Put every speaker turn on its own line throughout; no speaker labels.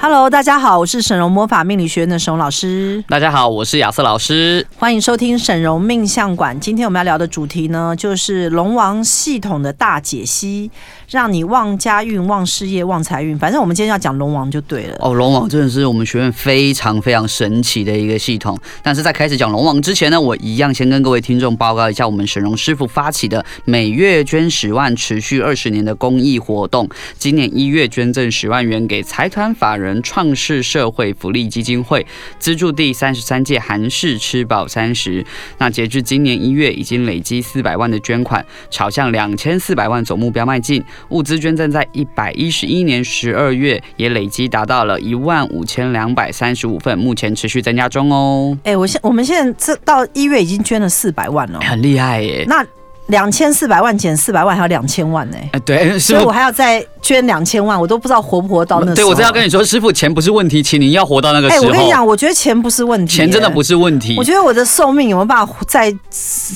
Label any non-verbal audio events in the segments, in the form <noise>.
Hello，大家好，我是沈荣魔法命理学院的沈荣老师。
大家好，我是亚瑟老师。
欢迎收听沈荣命相馆。今天我们要聊的主题呢，就是龙王系统的大解析，让你旺家运、旺事业、旺财运。反正我们今天要讲龙王就对了。
哦，龙王真的是我们学院非常非常神奇的一个系统。但是在开始讲龙王之前呢，我一样先跟各位听众报告一下我们沈荣师傅发起的每月捐十万、持续二十年的公益活动。今年一月捐赠十万元给财团法人创世社会福利基金会，资助第三十三届韩式吃饱三十。那截至今年一月，已经累积四百万的捐款，朝向两千四百万总目标迈进。物资捐赠在一百一十一年十二月也累积达到了一万五千两百三十五份，目前持续增加中哦，
哎、我现我们现在这到一月已经捐了四百万了，
很厉害耶！
那两千四百万减四百万还有两千万呢、
<laughs> 哎，
<laughs>
对，师
所以我
傅。
还要再捐两千万，我都不知道活不活啊到那时候。
对，我正要跟你说，师傅，钱不是问题，请您要活到那个
哎、
时候。
我跟你讲，我觉得钱不是问题、
钱真的不
是。
是问题
我。觉得我的寿命有没有办法再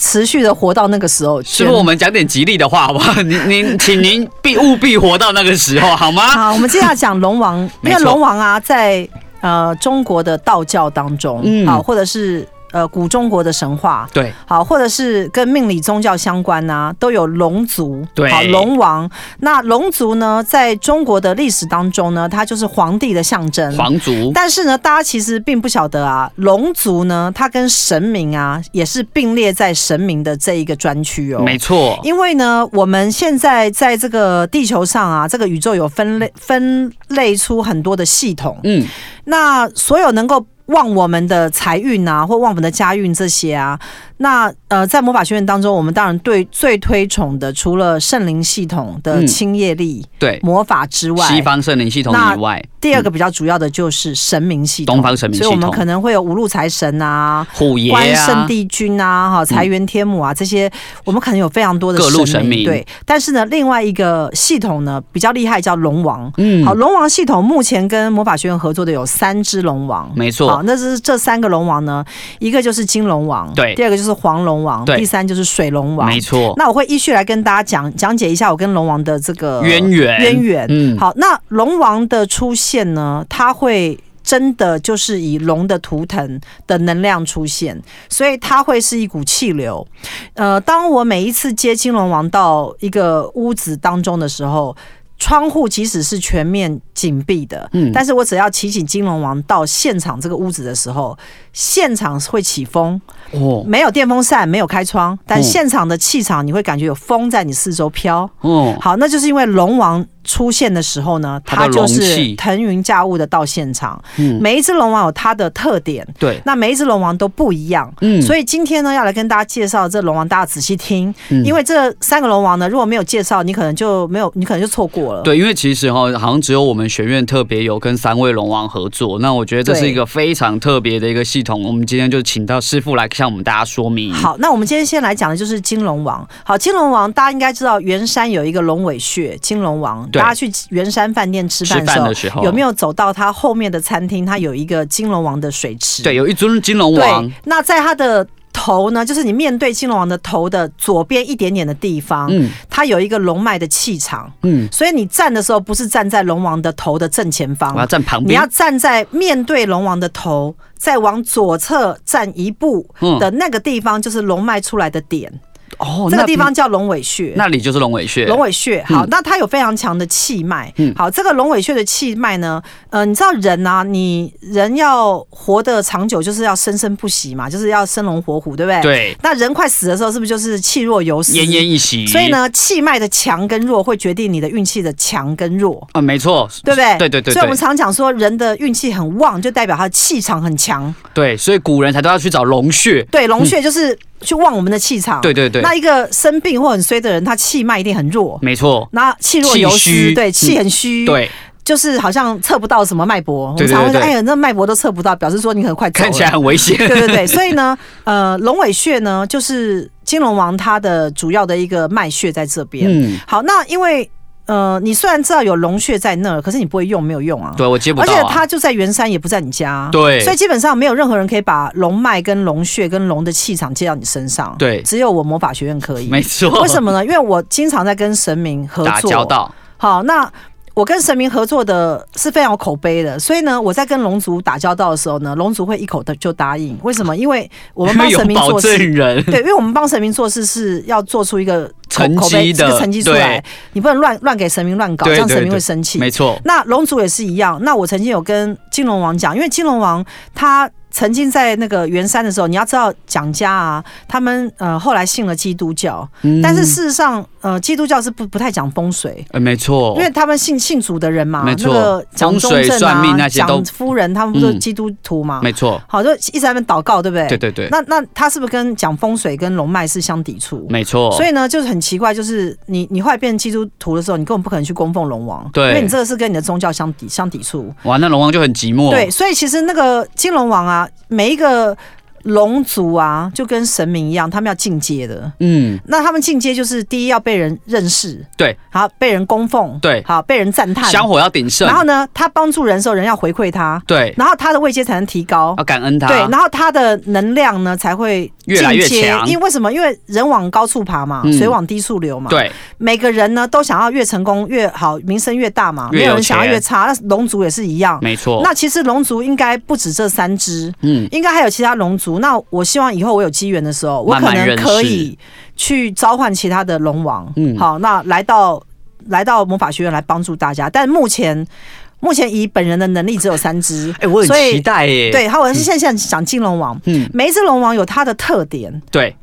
持续的活到那个时候？
师傅，我们讲点吉利的话好不 <laughs> 好？您您，请您必务必活到那个时候，好吗？
<laughs> 好，我们接下来讲龙王，因
<laughs> 没
为
错
龙王啊，在呃中国的道教当中，
嗯
好，或者是呃古中国的神话。
对，
好，或者是跟命理宗教相关啊，都有龙族，
对
好龙王。那龙族呢，在中国的历史当中呢，它就是皇帝的象征。
皇族
但是呢，大家其实并不晓得啊，龙族呢，它跟神明啊，也是并列在神明的这一个专区哦。
没错，
因为呢，我们现在在这个地球上啊，这个宇宙有分类分类出很多的系统，
嗯，
那所有能够。旺我们的财运啊，或旺我们的家运这些啊，那呃，在魔法学院当中，我们当然对最推崇的，除了圣灵系统的
嗯
清业力、
对，
魔法之外，
西方圣灵系统
那
以外，
第二个比较主要的就是神明系统，
东方神明系
所以我们
统
可，能会有五路财神啊、
虎爷
关
啊嗯
圣，帝君啊、哈财源天母啊这些，我们可能有非常多的
各路神明
对，但是呢，另外一个系统呢比较厉害，叫龙王。
嗯
好，龙王系统目前跟魔法学院合作的有三只龙王。
没
好，
错，
那是这三个龙王呢，一个就是金龙王，
对
第二个就是黄龙王，
对
第三就是水龙王
没。错，
那我会依序来跟大家讲讲解一下我跟龙王的这个
渊源，
渊源。
嗯，
好，那龙王的出现呢，它会真的就是以龙的图腾的能量出现，所以它会是一股气流。呃，当我每一次接金龙王到一个屋子当中的时候。窗户即使是全面紧闭的，
嗯
但是我只要提醒金龙王到现场这个屋子的时候，现场会起风，
哦
没有电风扇，没有开窗，但
嗯
现场的气场你会感觉有风在你四周飘，
哦，
好，那就是因为龙王出现的时候呢，
它的
它就
龙
是
气
腾云驾雾的到现场。
嗯，
每一只龙王有它的特点，
对，
那每一只龙王都不一样。
嗯，
所
以
以今天呢，要来跟大家介绍这龙王，大家仔细听，
嗯
因为这三个龙王呢，如果没有介绍，你可能就没有，你可能就错过了。
对，因为其实哈，好像只有我们学院特别有跟三位龙王合作，那我觉得这是
对
一个非常特别的一个系统。我们今天就请到师傅来向我们大家说明。，
好，那我们今天先来讲的就是金龙王。好，金龙王大家应该知道，圆山有一个龙尾穴，金龙王。
对
大家去圆山饭店吃
吃
饭的时
饭
候
的，时候
有没？有走到它后面的餐厅？它有一个金龙王的水池。
对，有一尊金龙王
对，，那在它的头呢，就是你面对金龙王的头的左边一点点的地方，
嗯
它有一个龙脉的气场，
嗯，
所以你站的时候不是站在龙王的头的正前
我要
方，
站旁
你
边
要，站在面对龙王的头，再往左侧站一步
嗯，
的那个地方，就是龙脉出来的点，
哦
这
那
个地方叫龙尾穴。
那里就是龙尾穴，
龙尾穴，好，
嗯
那它有非常强的气脉。
嗯
好，这个龙尾穴的气脉呢，呃，你知道人啊，你人要活得长久，就是要生生不息嘛，就是要生龙活虎，对不对？。
对，
那人快死的时候，是不是就是气若游丝？
奄奄一息。
所以，呢，气脉的强跟弱会决定你的运气的强跟弱，
啊，没错，
对不对？
对对对
所以我们
对
常讲说，人的运气很旺，就代表他的气场很强。
对，所以古人才都要去找龙穴。
对，龙穴就是去旺我们的气场。
嗯对对对，
那一个生病或很衰的人，他气脉一定很弱。
没错，
那气若
气
游丝，
虚嗯
对，气很虚。
对，
就是好像测不到什么脉搏，我
对
们
对
常会说，
对对
哎呀，那脉搏都测不到，表示说你很快走了。
看起来很危险。
<laughs> 对对对，所以呢，呃，龙尾穴呢，就是金龙王它的主要的一个脉穴在这边。
嗯，
好，那因为呃，你虽然知道有龙穴在那儿，可是你不会用，没有用啊。
对我接不
而且
到啊。
它就在圆山，也不在你家。
对
所以基本上没有任何人可以把龙脉、跟龙穴、跟龙的气场接到你身上。
对
只有我魔法学院可以。
没错。
为什么呢？因为我经常在跟神明合
打
作。
交道？
好，那我跟神明合作的是非常有口碑的，所以呢，我在跟龙族打交道的时候呢，龙族会一口的就答应。为什么？因为我们帮
<laughs> 有
神明
保
做
证
事。
人，
<laughs> 对，因为我们帮神明做事是要做出一个口
成
口
绩
碑
的
这个成绩出来，你不能乱乱给神明乱搞，
对
这样神
对
明
对
会生气。
没错。
那龙族也是一样。那我曾经有跟金龙王讲，因为金龙王他曾经在那个圆山的时候，你要知道蒋家啊，他们呃后来信了基督教，
嗯
但是事实上呃基督教是不不太讲风水。
呃没错，
因为他们信信主的人嘛，
没
那
错
个蒋中
风水
正
算命那
啊、
些都
蒋夫人，他们不是
嗯
基督徒嘛？
没错，
好，就一直在那边祷告，对不对？
对对对，
那那他是不是跟讲风水跟龙脉是相抵触？
没错。
所以呢，就是很奇怪，就是你你后来变基督徒的时候，你根本不可能去供奉龙王，
对
因为你这个是跟你的宗教相抵相抵触。
哇，那龙王就很寂寞。
对，，所以其实那个金龙王啊，每一个龙族啊，就跟神明一样，他们要进阶的。
嗯，
那他们进阶就是第一要被人认识，
对，
好被人供奉，
对
好被人赞叹，
香火要鼎盛
然，后呢，他帮助人的时候，人要回馈他，
对，
然后他的位阶才能提高
要。感恩他。
对，然后他的能量呢才会
越来越
进阶
强
因为为什么？因为人往高处爬嘛，
嗯
水往低处流嘛。，
对，
每个人呢都想要越成功越好，名声越大嘛，
越有
没有人想要
钱
越差。那龙族也是一样。
没错。
那其实龙族应该不止这三只，
嗯，
应该还有其他龙族。那我希望以后我有机缘的时候，我
慢慢
可能
认识
可以去召唤其他的龙王。
嗯
好，那来到来到魔法学院来帮助大家。但目前目前以本人的能力只有三
<laughs>
只，
哎，我很
所以
期待耶。，
对，好，我是现在讲金龙王，
嗯，
每一只龙王有它的特点。
对，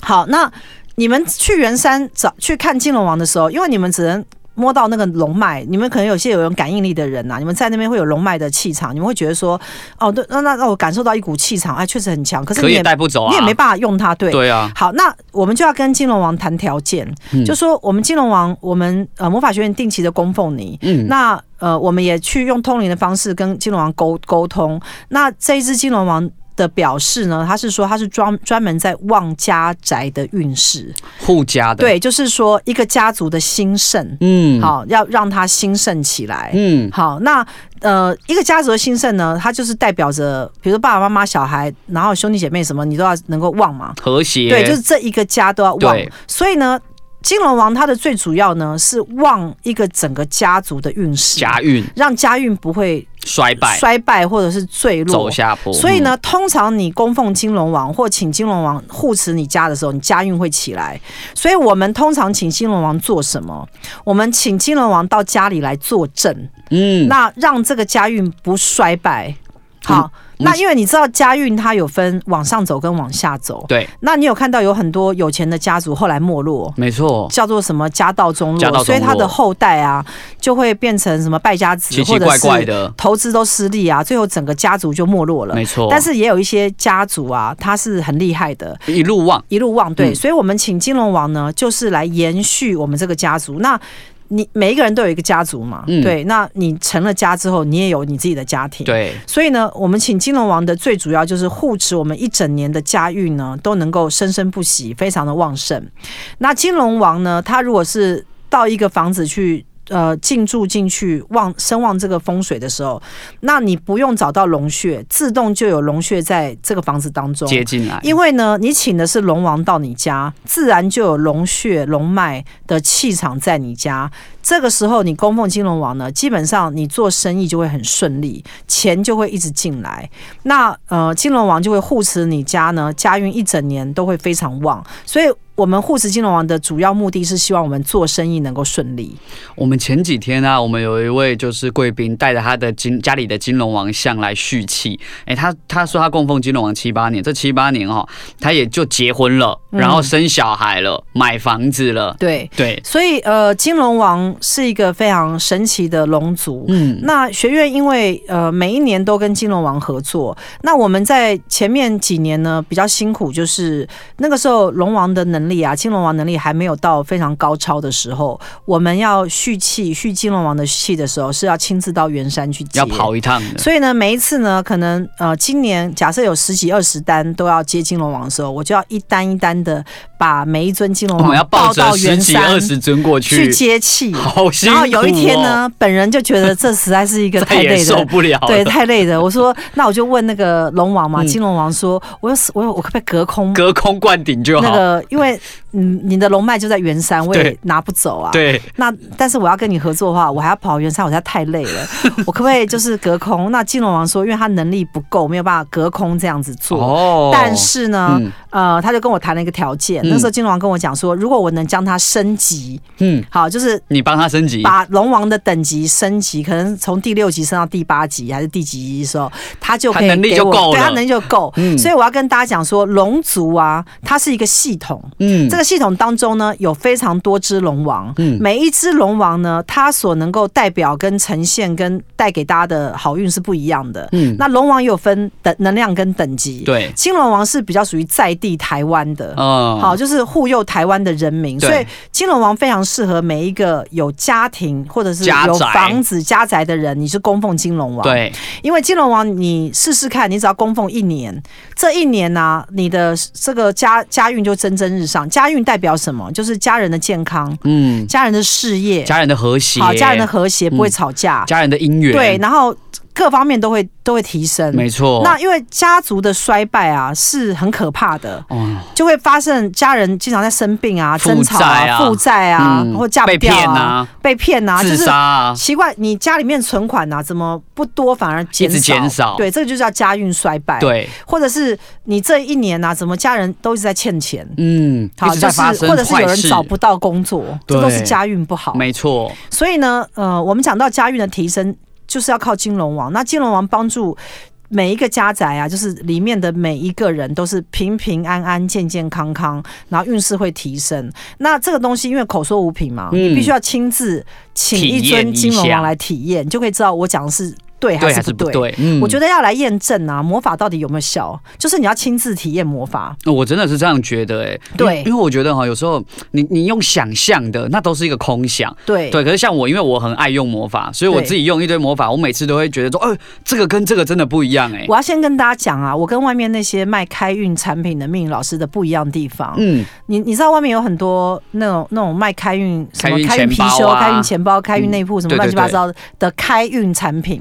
好，那你们去圆山找去看金龙王的时候，因为你们只能。摸到那个龙脉，你们可能有些有人感应力的人啊呐、你们在那边会有龙脉的气场，你们会觉得说，哦，对，那那那我感受到一股气场，哎，确实很强，可是
可
你
也
也
带不走啊。
你也没办法用它，对。
对啊，
好，那我们就要跟金龙王谈条件，
嗯
就说我们金龙王，我们呃魔法学院定期的供奉你，
嗯，
那呃，我们也去用通灵的方式跟金龙王沟沟通。那这一只金龙王的表示呢，他是说他是专专门在旺家宅的运势，
互加的。，
对，就是说一个家族的兴盛，
嗯，，
好、要让它兴盛起来。
嗯，
好，那呃，一个家族的兴盛呢，它就是代表着，比如说爸爸妈妈、小孩，然后兄弟姐妹什么，你都要能够旺嘛。
和谐。
对，就是这一个家都要旺
对。
所以呢，金龙王它的最主要呢是旺一个整个家族的运势。
家运
让家运不会
衰败，
衰败或者是坠
走嗯
落。
下坡。
所以呢，通常你供奉金龙王或请金龙王护持你家的时候，你家运会起来。所以我们通常请金龙王做什么？我们请金龙王到家里来坐镇，
嗯，嗯，
那让这个家运不衰败。好，
嗯
那因为你知道家运它有分往上走跟往下走，
对，
那你有看到有很多有钱的家族后来没落，
没错，
叫做什么家道中
家道中
落，所以他
落
的后代啊就会变成什么败家子，
奇奇怪
或者
怪
是
的，
投资都失利啊，最后整个家族就没落了。
没错。
但是也有一些家族啊，他是很厉害的，
一路旺，
一路旺对。
嗯
所以我们请金龙王呢，就是来延续我们这个家族。那你每一个人都有一个家族嘛，
嗯
对。那你成了家之后，你也有你自己的家庭，。
对，
所以呢，我们请金龙王的最主要就是护持我们一整年的家运呢，都能够生生不息，非常的旺盛。那金龙王呢，他如果是到一个房子去。呃，进驻进去旺声旺这个风水的时候，那你不用找到龙穴，自动就有龙穴在这个房子当中。
接进来，
因为呢，你请的是龙王到你家，自然就有龙血、龙脉的气场在你家。这个时候，你供奉金龙王呢，基本上你做生意就会很顺利，钱就会一直进来。那呃，金龙王就会护持你家呢，家运一整年都会非常旺。所以，我们护持金龙王的主要目的是希望我们做生意能够顺利。
我们前几天啊，我们有一位就是贵宾带着他的金家里的金龙王像来续气。哎，他他说他供奉金龙王七八年，这七八年哦，他也就结婚了，
嗯
然后生小孩了，买房子了，
对，
对，
所以呃，金龙王是一个非常神奇的龙族。
嗯，
那学院因为呃每一年都跟金龙王合作，那我们在前面几年呢比较辛苦，就是那个时候龙王的能力啊，金龙王能力还没有到非常高超的时候，我们要续气续金龙王的气的时候，是要亲自到圆山去接
要跑一趟的。
所以呢，每一次呢，可能呃，今年假设有十几二十单都要接金龙王的时候，我就要一单一单的把每一尊金龙
我们要
王
抱着
到
十
圆
几
山
二十尊过去，
去接 <laughs> 气。
好辛
然
苦、哦。
后有一天，呢，本人就觉得这实在是一
<laughs>
个
再
太
也
累
受
的。
不了了。
对，太累的。我说，那我就问那个龙王嘛，
嗯
金龙王说，我有我有我可不可以隔空
隔空灌顶就
那
好。
个？因为嗯，你的龙脉就在圆山，我也
对
拿不走啊。
对，
那但是我要跟你合作的话，我还要跑圆山，我实在太累了。我可不可以就是隔空？那金龙王说，因为他能力不够，没有办法隔空这样子做。
哦
但是呢，
嗯
呃，他就跟我谈了一个条件。
嗯
那时候金龙王跟我讲说，如果我能将它升级，
嗯，
好，就是
你帮他升级，
把龙王的等级升级，可能从第六级升到第八级还是第几级的时候，他就可以
他能力
给我
就够了
对他能力就够。
嗯
所以我要跟大家讲说，龙族啊，它是一个系统。
嗯
这个系统当中呢，有非常多只龙王，
嗯
每一只龙王呢，它所能够代表跟呈现跟带给大家的好运是不一样的。
嗯
那龙王也有分等能量跟等级，，
对，
青龙王是比较属于在地台湾的。
嗯，
好，，就是护佑台湾的人民，
对
所以金龙王非常适合每一个有家庭或者是
家
有
宅
房子家宅的人，你是供奉金龙王。，
对，
因为金龙王，你试试看，你只要供奉一年，这一年呢、你的这个家家运就蒸蒸日上。家运代表什么？就是家人的健康、
嗯，
家人的事业，
家人的和谐，
好，家人的和谐，
嗯
不会吵架，
家人的姻缘，
对，，然后各方面都会都会提升。
没错。
那因为家族的衰败啊，是很可怕的，
哦，
就会发生家人经常在生病啊、
负
争吵
债啊
啊、负债啊，
嗯
或嫁不
被
掉
骗
啊、
啊，
被骗啊，就
自
是
杀啊，
奇怪，你家里面存款呐、啊怎么不多反而减
一直
少？
减少
对，这个就叫家运衰败。，
对，
或者是你这一年呐、啊怎么家人都一直在欠钱？
嗯，一
好，
直
就
在
是
发生
或者是有
坏
人
事，
找不到工作，这
对
都是家运不好。
没错，
所以呢，呃，我们讲到家运的提升，就是要靠金龙王。那金龙王帮助。每一个家宅啊，就是里面的每一个人都是平平安安、健健康康，然后运势会提升。那这个东西因为口说无凭嘛，
嗯
你必须要亲自请一
体验一
尊
下
金龙王来体验，你就可以知道我讲的是对还
对
是
还
不
是
对。
不对？嗯
我觉得要来验证啊，魔法到底有没有效？就是你要亲自体验魔法。
得哦我真的是这样觉得，哎，因
对
因为我觉得哈，有时候你你用想象的，那都是一个空想。
对
对，可是像我，因为我很爱用魔法，所以我
对
自己用一堆魔法，我每次都会觉得说，呃，这个跟这个真的不一样哎、
我要先跟大家讲啊，我跟外面那些卖开运产品的命理老师的不一样地方。
嗯，
你你知道外面有很多那种那种卖开运什么
开
开
运
运
钱
貔
包啊
貅、开运钱包、开运内裤什么
对对
乱七八
对
糟的开运产品，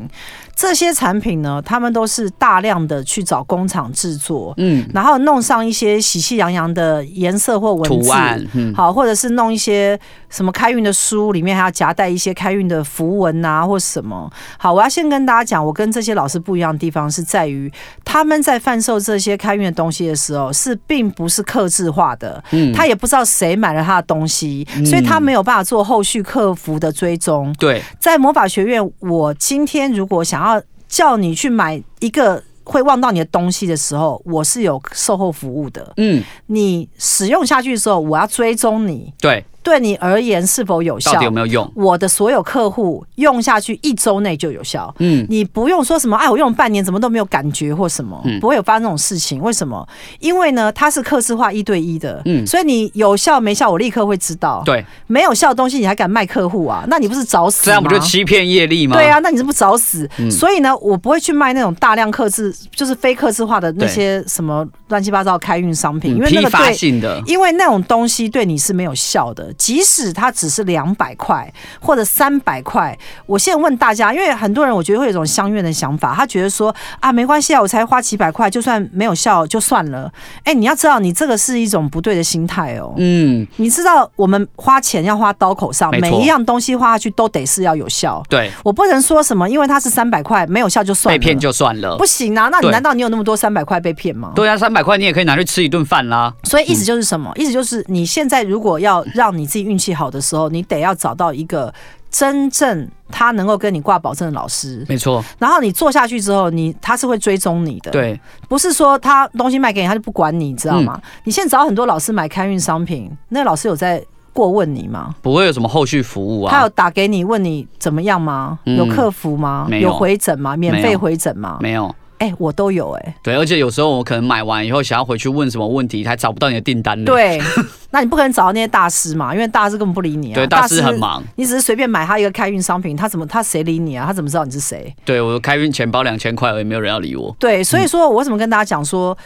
这些产品呢，他们都是大量的去找工厂制作，
嗯，
然后弄上一些喜气洋洋的颜色或文字，
图案，嗯，
好，或者是弄一些什么开运的书，里面还要夹带一些开运的符文啊，或什么。好，我要先跟大家讲，我跟这些老师不一样的地方是在于，他们在贩售这些开运的东西的时候，是并不是克制化的，
嗯
他也不知道谁买了他的东西，所以他没有办法做后续客服的追踪。
对，
在魔法学院，我今天如果想要叫你去买一个。会望到你的东西的时候，我是有售后服务的。
嗯，
你使用下去的时候，我要追踪你，
对，
对你而言是否有效
到底？有没有用？
我的所有客户用下去一周内就有效，
嗯，
你不用说什么，哎，我用了半年怎么都没有感觉或什么，
嗯
不会有发生这种事情。为什么？因为呢，它是客制化一对一的，
嗯
所以你有效没效，我立刻会知道。，
对，
没有效的东西你还敢卖客户啊？那你不是找死吗？
这样不就欺骗业力吗？
对啊，那你是不是找死？
嗯
所以呢，我不会去卖那种大量克制，就是非克制化的那些什么乱七八糟的开运商品，
嗯，
因为那
批
个
发
对
性的，
因为那种东西对你是没有效的，即使它只是两百块或者三百块。我现在问大家，因为很多人我觉得会有一种相怨的想法，他觉得说啊，没关系啊，我才花几百块，就算没有效就算了。哎，你要知道，你这个是一种不对的心态哦。
嗯，
你知道，我们花钱要花刀口上，
没错
每一样东西花下去都得是要有效。
对，
我不能说什么，因为它是三百块没有效就算
被
了，
骗就算了
不。行啊。那你
对
难道你有那么多三百块被骗吗？
对啊，三百块你也可以拿去吃一顿饭啦。
所以意思就是什么？意思就是你现在如果要让你自己运气好的时候，你得要找到一个真正他能够跟你挂保证的老师，
没错，
然后你做下去之后，你他是会追踪你的，，
对，
不是说他东西卖给你他就不管你，你知道
嗯
吗？你现在找很多老师买开运商品，那老师有在过问你吗？
不会有什么后续服务
他
啊
有。打给你问你怎么样吗？
嗯
有客服吗？
没有
回诊吗？免
没
费
有
回诊吗？
没有，
哎、我都有哎、
<laughs> 对，而且有时候我可能买完以后想要回去问什么问题，还找不到你的订单呢。，
对，啊那你不可能找到那些大师嘛，因为大师根本不理你啊。
对，大师很，忙。
你只是随便买他一个开运商品，他怎么他谁理你啊？他怎么知道你是谁？
对我开运钱包两千块而已，没有人要理我。
对，所以说我为什么跟大家讲说。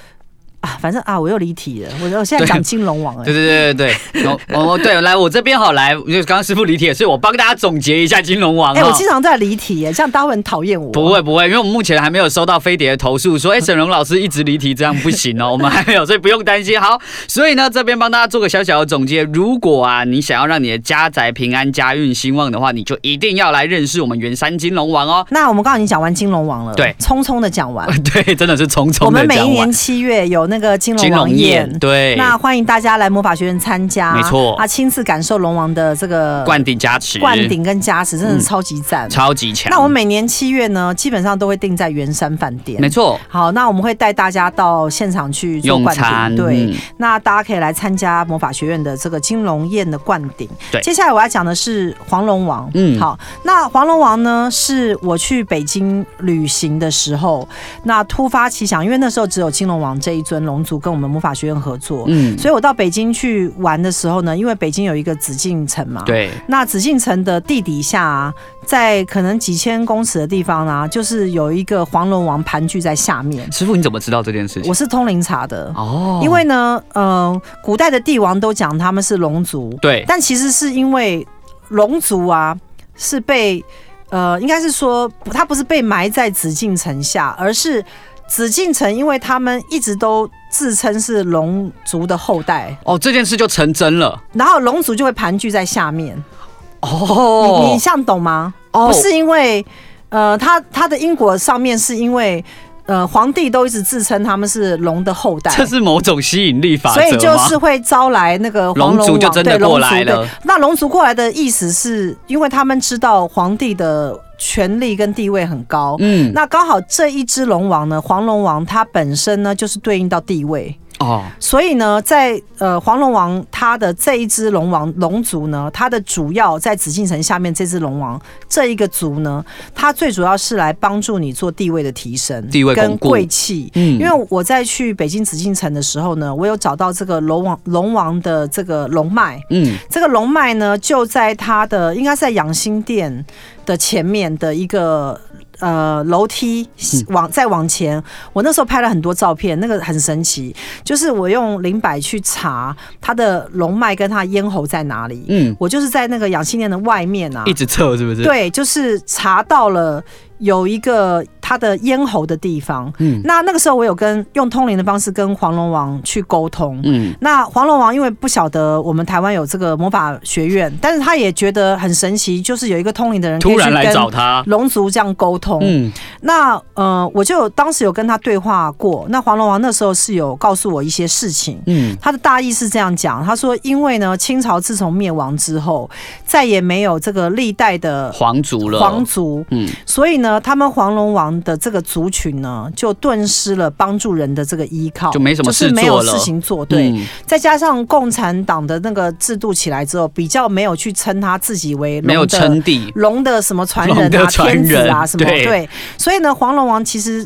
啊，反正啊，我又离题了。我我现在讲金龙王了、
对对对
<laughs>
对对，哦哦对，来我这边好来，就刚刚师傅理解，所以我帮大家总结一下金融王
哎、
哈
我经常在离题耶，这样大家会很讨厌我。
不会不会，因为我们目前还没有收到飞碟的投
<laughs>
诉，说哎、沈荣老师一直离题，这样不行哦，我 <laughs> 们还没有，所以不用担心。好，所以呢这边帮大家做个小小的总结，如果啊你想要让你的家宅平安、家运兴旺的话，你就一定要来认识我们圆山金龙王
<laughs>
哦。
那我们刚刚已经讲完金龙王了，
对
匆匆的讲
<laughs>
完。
对，真的是匆
我
匆
们
的
每一
讲
年
完。
七月有那个金龙
金
王
龙
宴，
宴，对，
那欢迎大家来魔法学院参加，
没错
啊，亲自感受龙王的这个
灌顶加持，
灌顶跟加持，真的
嗯
是超级赞。
超级强。
那我们每年七月呢，基本上都会定在圆山饭店，
没错，
好，那我们会带大家到现场去做
用
灌
餐
顶，对。
嗯
那大家可以来参加魔法学院的这个金龙宴的灌顶。
对
接下来我要讲的是黄龙王。
嗯
好，那黄龙王呢，是我去北京旅行的时候，那突发奇想，因为那时候只有金龙王这一尊龙族跟我们魔法学院合作，
嗯，
所以我到北京去玩的时候呢，因为北京有一个紫禁城嘛，。
对，
那紫禁城的地底下、啊，在可能几千公尺的地方啊，就是有一个黄龙王盘踞在下面。
师傅你怎么知道这件事情
我？是通灵查的，
哦
因为呢，呃，古代的帝王都讲他们是龙族，
对
但其实是因为龙族啊是被呃，应该是说他不是被埋在紫禁城下，而是紫禁城，因为他们一直都自称是龙族的后代，
哦，这件事就成真了
然后龙族就会盘踞在下面。你
哦
你像懂吗？
哦
不是因为呃，他他的因果上面是因为呃，皇帝都一直自称他们是龙的后代，
这是某种吸引力法则
所
吗？
以就是会招来那个黄
龙
龙
族
王
就真的
对龙
过来
族对
了
那龙族过来的意思是因为他们知道皇帝的权力跟地位很高。
嗯，
那刚好这一只龙王呢，黄龙王它本身呢就是对应到地位，
哦，
所以呢，在呃黄龙王它的这一只龙王龙族呢，它的主要在紫禁城下面这只龙王这一个族呢，它最主要是来帮助你做地位的提升，
地位
跟
巩固
贵气，
嗯，
因为我在去北京紫禁城的时候呢，我有找到这个龙王龙王的这个龙脉，
嗯
这个龙脉呢就在它的应该是在养心殿的前面的一个。呃，楼梯
嗯
往再往前，我那时候拍了很多照片，那个很神奇，就是我用灵摆去查它的龙脉跟它咽喉在哪里，
嗯，
我就是在那个养心殿的外面啊，
一直测是不是？，
对，就是查到了有一个他的咽喉的地方。
嗯
那那个时候我有跟用通灵的方式跟黄龙王去沟通。
嗯，
那黄龙王因为不晓得我们台湾有这个魔法学院，但是他也觉得很神奇，就是有一个通灵的人可以
突然
去
来
跟
找他，
龙族这样沟通。
嗯，
那呃，我就有当时有跟他对话过。那黄龙王那时候是有告诉我一些事情。
嗯，
他的大意是这样讲，他说：“因为呢，清朝自从灭亡之后，再也没有这个历代的
皇族了，
皇，族，
嗯，
所以呢，他们黄龙王的这个族群呢，就顿失了帮助人的这个依靠，
就没什么事
就是没有
做了
事情做。对，
嗯
再加上共产党的那个制度起来之后，比较没有去称他自己为
没有
龙的
称帝，
龙的什么传
龙
人
的
啊、
传
天子啊
人
什么
对
对，所以呢，黄龙王其实。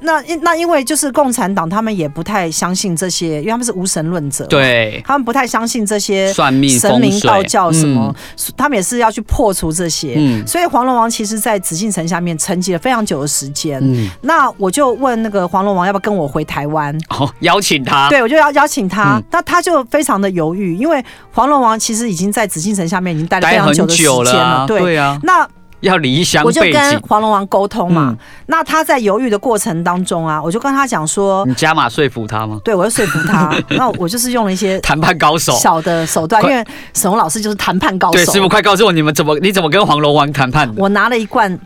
那那因为就是共产党，他们也不太相信这些，因为他们是无神论者，，
对，
他们不太相信这些
算命、
神
风
明、
水
道教什么，，他们也是要去破除这些。
嗯
所以黄龙王其实在紫禁城下面沉寂了非常久的时间。
嗯，嗯
那我就问那个黄龙王要不要跟我回台湾？
好，哦邀请他，
对，我就要邀请他
啊嗯，
那、他就非常的犹豫，因为黄龙王其实已经在紫禁城下面已经待了非
待
常
很
久的时
久
间
了
了。
啊，
对，
对啊，
那
要离乡
我就
背
跟
景，
黄龙王沟通嘛
嗯。
那他在犹豫的过程当中啊，我就跟他讲说，
你加码说服他吗？
对我要说服
<laughs>
他，那我就是用了一些
谈判高手，
小的手段，因
快
为沈龙老师就是谈判高
对，
手
师。傅快告诉我你们怎么你怎么跟黄龙王谈判的？
我拿了一罐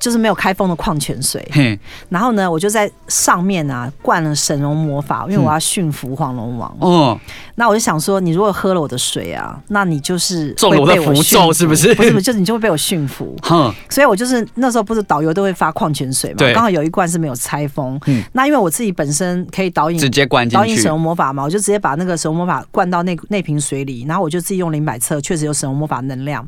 就是没有开封的矿泉水，
嘿，
然后呢，我就在上面啊灌了神龙魔法，因为我要驯服黄龙王。
哦，
那我就想说，你如果喝了我的水啊，那你就是
中了我的
会被
符
驯
咒
服
是不是
<laughs> 不是，不是，就是你就会被我驯服。
哼，
所以我就是那时候不是导游都会发矿泉水嘛，
对
刚好有一罐是没有拆封。
嗯
那因为我自己本身可以导
直
引。
接关进
嗯导引
去
神，龙魔法嘛，我就直接把那个神龙魔法灌到那那瓶水里，然后我就自己用灵摆测，确实有神龙魔法能量。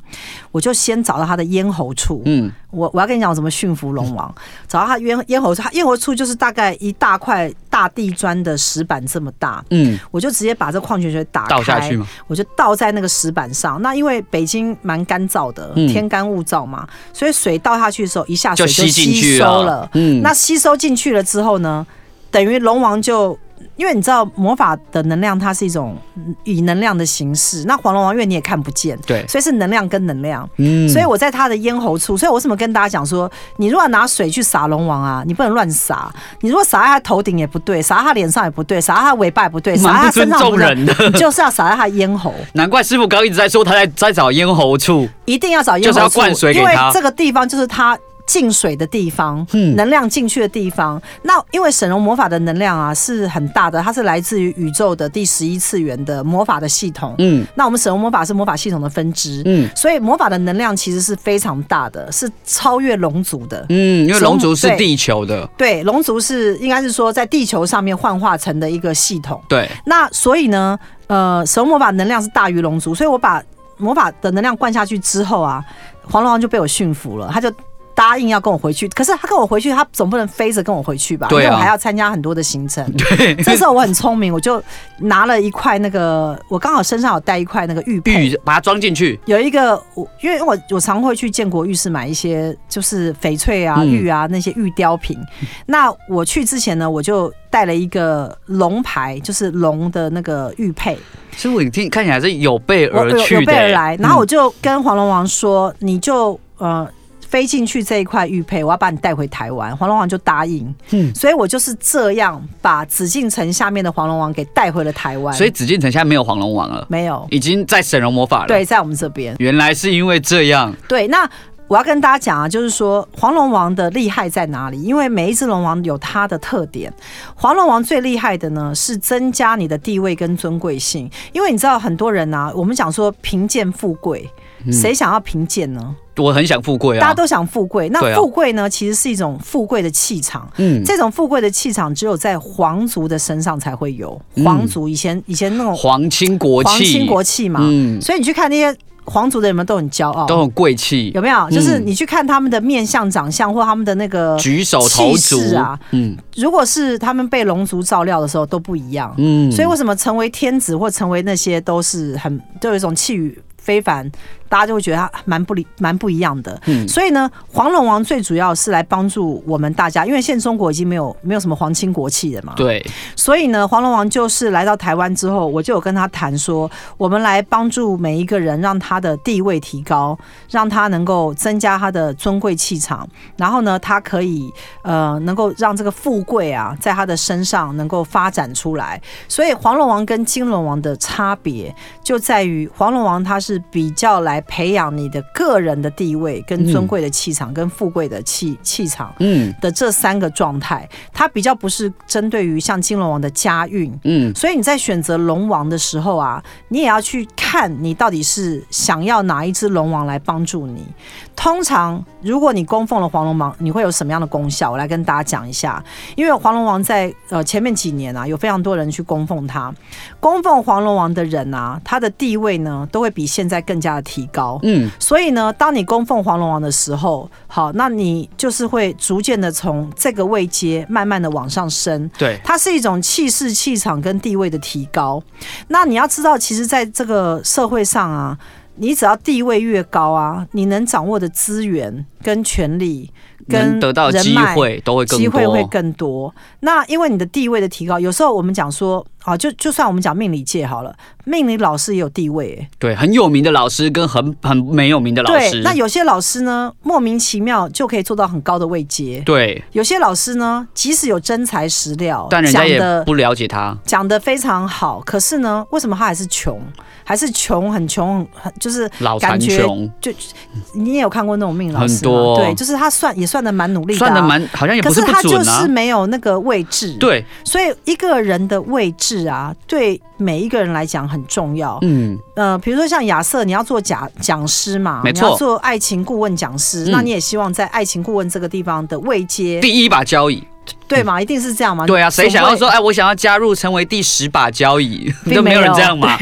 我就先找到它的咽喉处，
嗯，
我我要跟你讲我怎什么驯服龙王，找到它咽咽喉处，它咽喉处就是大概一大块大地砖的石板这么大，
嗯，
我就直接把这矿泉水打开
倒下去嘛，
我就倒在那个石板上。那因为北京蛮干燥的，
嗯
天干物燥嘛，所以水倒下去的时候，一下水
就吸进
吸
去
收
了，嗯，
那吸收进去了之后呢，等于龙王就。因为你知道魔法的能量，它是一种以能量的形式。那黄龙王因为你也看不见，
对，
所以是能量跟能量。
嗯，
所以我在他的咽喉处，所以我为什么跟大家讲说，你如果拿水去洒龙王啊，你不能乱洒。你如果洒在他头顶也不对，洒在他脸上也不对，洒在他尾巴也不对，洒在
蛮
他
不
身
尊
上也
重
不对，
人的，
你就是要洒在他咽
<laughs>
喉，
难怪师傅刚刚一直在说他在在找咽喉处，
一定要找咽
就是要
喉处，
灌水给
因为
他
这个地方就是他。进水的地方，
嗯
能量进去的地方。那因为神龙魔法的能量啊是很大的，它是来自于宇宙的第十一次元的魔法的系统。
嗯
那我们神龙魔法是魔法系统的分支，
嗯
所以魔法的能量其实是非常大的，是超越龙族的。
嗯，因为龙族是
对
地球的，
对，龙族是应该是说在地球上面幻化成的一个系统。
对，
那所以呢，呃，神魔法能量是大于龙族，所以我把魔法的能量灌下去之后啊，黄龙王就被我驯服了，他就。答应要跟我回去，可是他跟我回去，他总不能飞着跟我回去吧？
对啊
因为我还要参加很多的行
<laughs>
程。对，这时候我很聪明，我就拿了一块那个，我刚好身上有带一块那个玉佩，
玉把它装进去，
有一个我，因为我我常会去建国玉市买一些就是翡翠啊、
嗯
玉啊那些玉雕品。那我去之前呢，我就带了一个龙牌，就是龙的那个玉佩，
师傅你听看起来是有备
我
而
有
去
有
的
备
欸，
而来。然后我就跟黄龙王说，你就呃。飞进去这一块玉佩，我要把你带回台湾。黄龙王就答应，
嗯
所以我就是这样把紫禁城下面的黄龙王给带回了台湾。
欸所以紫禁城现在没有黄龙王了，
没有
已经在神龙魔法了，
对，，在我们这边。
原来是因为这样，
对，那我要跟大家讲啊，就是说黄龙王的厉害在哪里？因为每一只龙王有它的特点。黄龙王最厉害的呢，是增加你的地位跟尊贵性。因为你知道很多人啊，我们讲说贫贱富贵，谁想要贫贱呢？
我很想富贵
大家
嗯啊，
都想富贵。
对啊
那富贵呢，其实是一种富贵的气场。
嗯，
这种富贵的气场，只有在皇族的身上才会有。皇族以前以前那种
嗯皇亲国
皇
戚，
亲国戚嘛，
嗯，
所以你去看那些皇族的人们都很骄傲，
都很贵气
有，没有？就是
嗯
你去看他们的面相、长相或他们的那个，
举手投足
气势啊，
嗯
如果是他们被龙族照料的时候都不一样。
嗯，
所以为什么成为天子或成为那些都是很都有一种气宇非凡，大家就会觉得他蛮不理蛮不一样的。
嗯
所以呢，黄龙王最主要是来帮助我们大家，因为现在中国已经没有没有什么皇亲国戚了嘛。
对，
所以呢，黄龙王就是来到台湾之后，我就有跟他谈说，我们来帮助每一个人，让他的地位提高，让他能够增加他的尊贵气场，然后呢，他可以呃，能够让这个富贵啊，在他的身上能够发展出来。所以黄龙王跟金龙王的差别就在于，黄龙王他是比较来培养你的个人的地位、跟尊贵的气场、跟富贵的气气场。
嗯
的这三个状态，它比较不是针对于像金龙王的家运。
嗯
所以你在选择龙王的时候啊，你也要去看你到底是想要哪一只龙王来帮助你。通常，如果你供奉了黄龙王，你会有什么样的功效？我来跟大家讲一下。因为黄龙王在呃前面几年啊，有非常多人去供奉他。供奉黄龙王的人啊，他的地位呢，都会比现在更加的提高。
嗯，
所以呢，当你供奉黄龙王的时候，好，那你就是会逐渐的从这个位阶慢慢的往上升。
对，
它是一种气势、气场跟地位的提高。那你要知道，其实在这个社会上啊，你只要地位越高啊，你能掌握的资源跟权力跟
能得到
人
机
脉
会都会更
机会会
多，
更多。那因为你的地位的提高，有时候我们讲说啊，就就算我们讲命理界好了，命理老师也有地位、欸，
对，很有名的老师跟很很没有名的老
对
师，，
那有些老师呢，莫名其妙就可以做到很高的位阶；
对，
有些老师呢，即使有真材实料，
但人家
讲
也
的
不了解他，
讲的非常好，可是呢，为什么他还是穷？还是穷，很穷，很就是
老
感
残
觉
穷，
你也有看过那种命老师吗
很多
对，就是他算也算的蛮努力的、啊
算的。蛮好像也
可
不
是
不
他就
准啊
是，没有那个位置，，
对，
所以一个人的位置啊，对每一个人来讲很重要。
嗯，
呃，比如说像亚瑟，你要做讲讲师嘛，
没
你
错
要做爱情顾问讲师，
嗯
那你也希望在爱情顾问这个地方的位阶
第一把交椅，
对嘛，一定是这样嘛。
对啊，谁想要
总
说，
会？
哎，我想要加入成为第十把交椅，
并
<laughs> 都没有人
没有
这样嘛？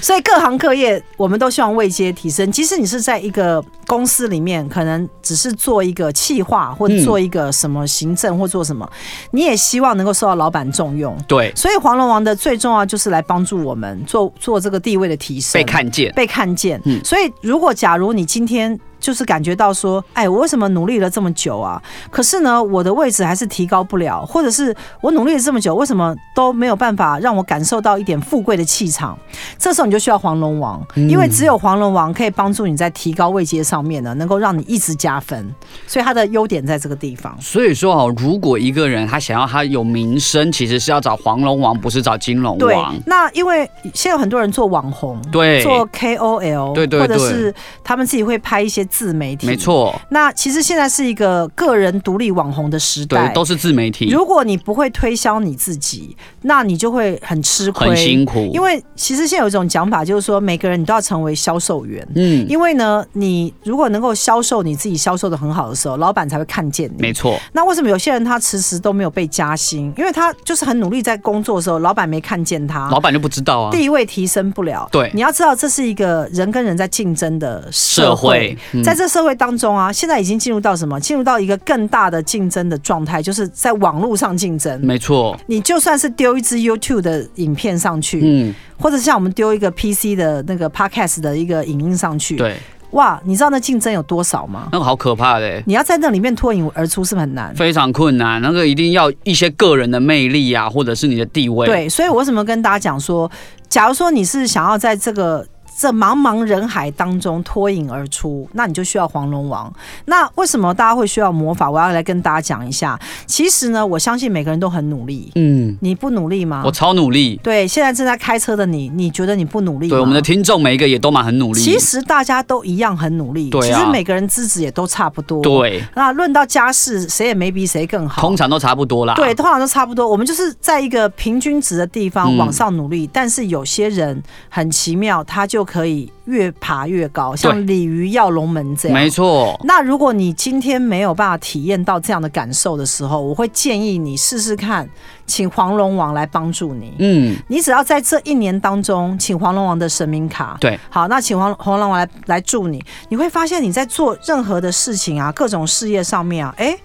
所以各行各业，我们都希望位阶提升。即使你是在一个公司里面，可能只是做一个企划，或
嗯
做一个什么行政，或做什么，你也希望能够受到老板重用。
对，
所以黄龙王的最重要就是来帮助我们做做这个地位的提升，
被看见，
被看见。
嗯
所以如果假如你今天就是感觉到说，哎，我为什么努力了这么久啊？可是呢，我的位置还是提高不了，或者是我努力了这么久，为什么都没有办法让我感受到一点富贵的气场？这时候你就需要黄龙王，
嗯
因为只有黄龙王可以帮助你在提高位阶上面呢，能够让你一直加分。所以它的优点在这个地方。
所以说哦，如果一个人他想要他有名声，其实是要找黄龙王，不是找金龙
对
王。，
那因为现在有很多人做网红，
对，
做 KOL，
对对
或者
对
是他们自己会拍一些自媒体，
没。错，
那其实现在是一个个人独立网红的时代，
对，都是自媒体，
如果你不会推销你自己，那你就会很吃亏，
很辛苦。
因为其实现在有一种讲法，就是说每个人你都要成为销售员。
嗯，
因为呢，你如果能够销售你自己销售的很好的时候，老板才会看见你。
没错，
那为什么有些人他迟迟都没有被加薪？因为他就是很努力在工作的时候，老板没看见他。
老板就不知道啊。
地位提升不了。
对
你要知道这是一个人跟人在竞争的社
会
会，
嗯
在这社会当中啊，现在已经进入到什么？进入到一个更大的竞争的状态，就是在网络上竞争。
没错，
你就算是丢一支 YouTube 的影片上去，
嗯，
或者像我们丢一个 PC 的那个 Podcast 的一个影音上去，
对，
哇，你知道那竞争有多少吗？
那个好可怕的，
你要在那里面脱颖而出，是不是很难？
非常困难。那个一定要一些个人的魅力啊，或者是你的地位。，
对，所以我为什么跟大家讲说，假如说你是想要在这个这茫茫人海当中脱颖而出，那你就需要黄龙王。那为什么大家会需要魔法？我要来跟大家讲一下。其实呢，我相信每个人都很努力。
嗯，
你不努力吗
我？超努力。
对，现在正在开车的你，你觉得你不努力吗？
对，我们的听众每一个也都蛮很努力。
其实大家都一样很努力，
对
其
啊
实每个人资质也都差不多。，
对，
那论到家事，谁也没比谁更好。
通常都差不多啦。
对，，通常都差不多。我们就是在一个平均值的地方
嗯
往上努力，但是有些人很奇妙，他就可以越爬越高，像鲤鱼跃龙门这样。
没错。
那如果你今天没有办法体验到这样的感受的时候，我会建议你试试看，请黄龙王来帮助你。
嗯，
你只要在这一年当中，请黄龙王的神明卡。
对，
好，那请黄黄龙王来来助你，你会发现你在做任何的事情啊，各种事业上面啊，哎。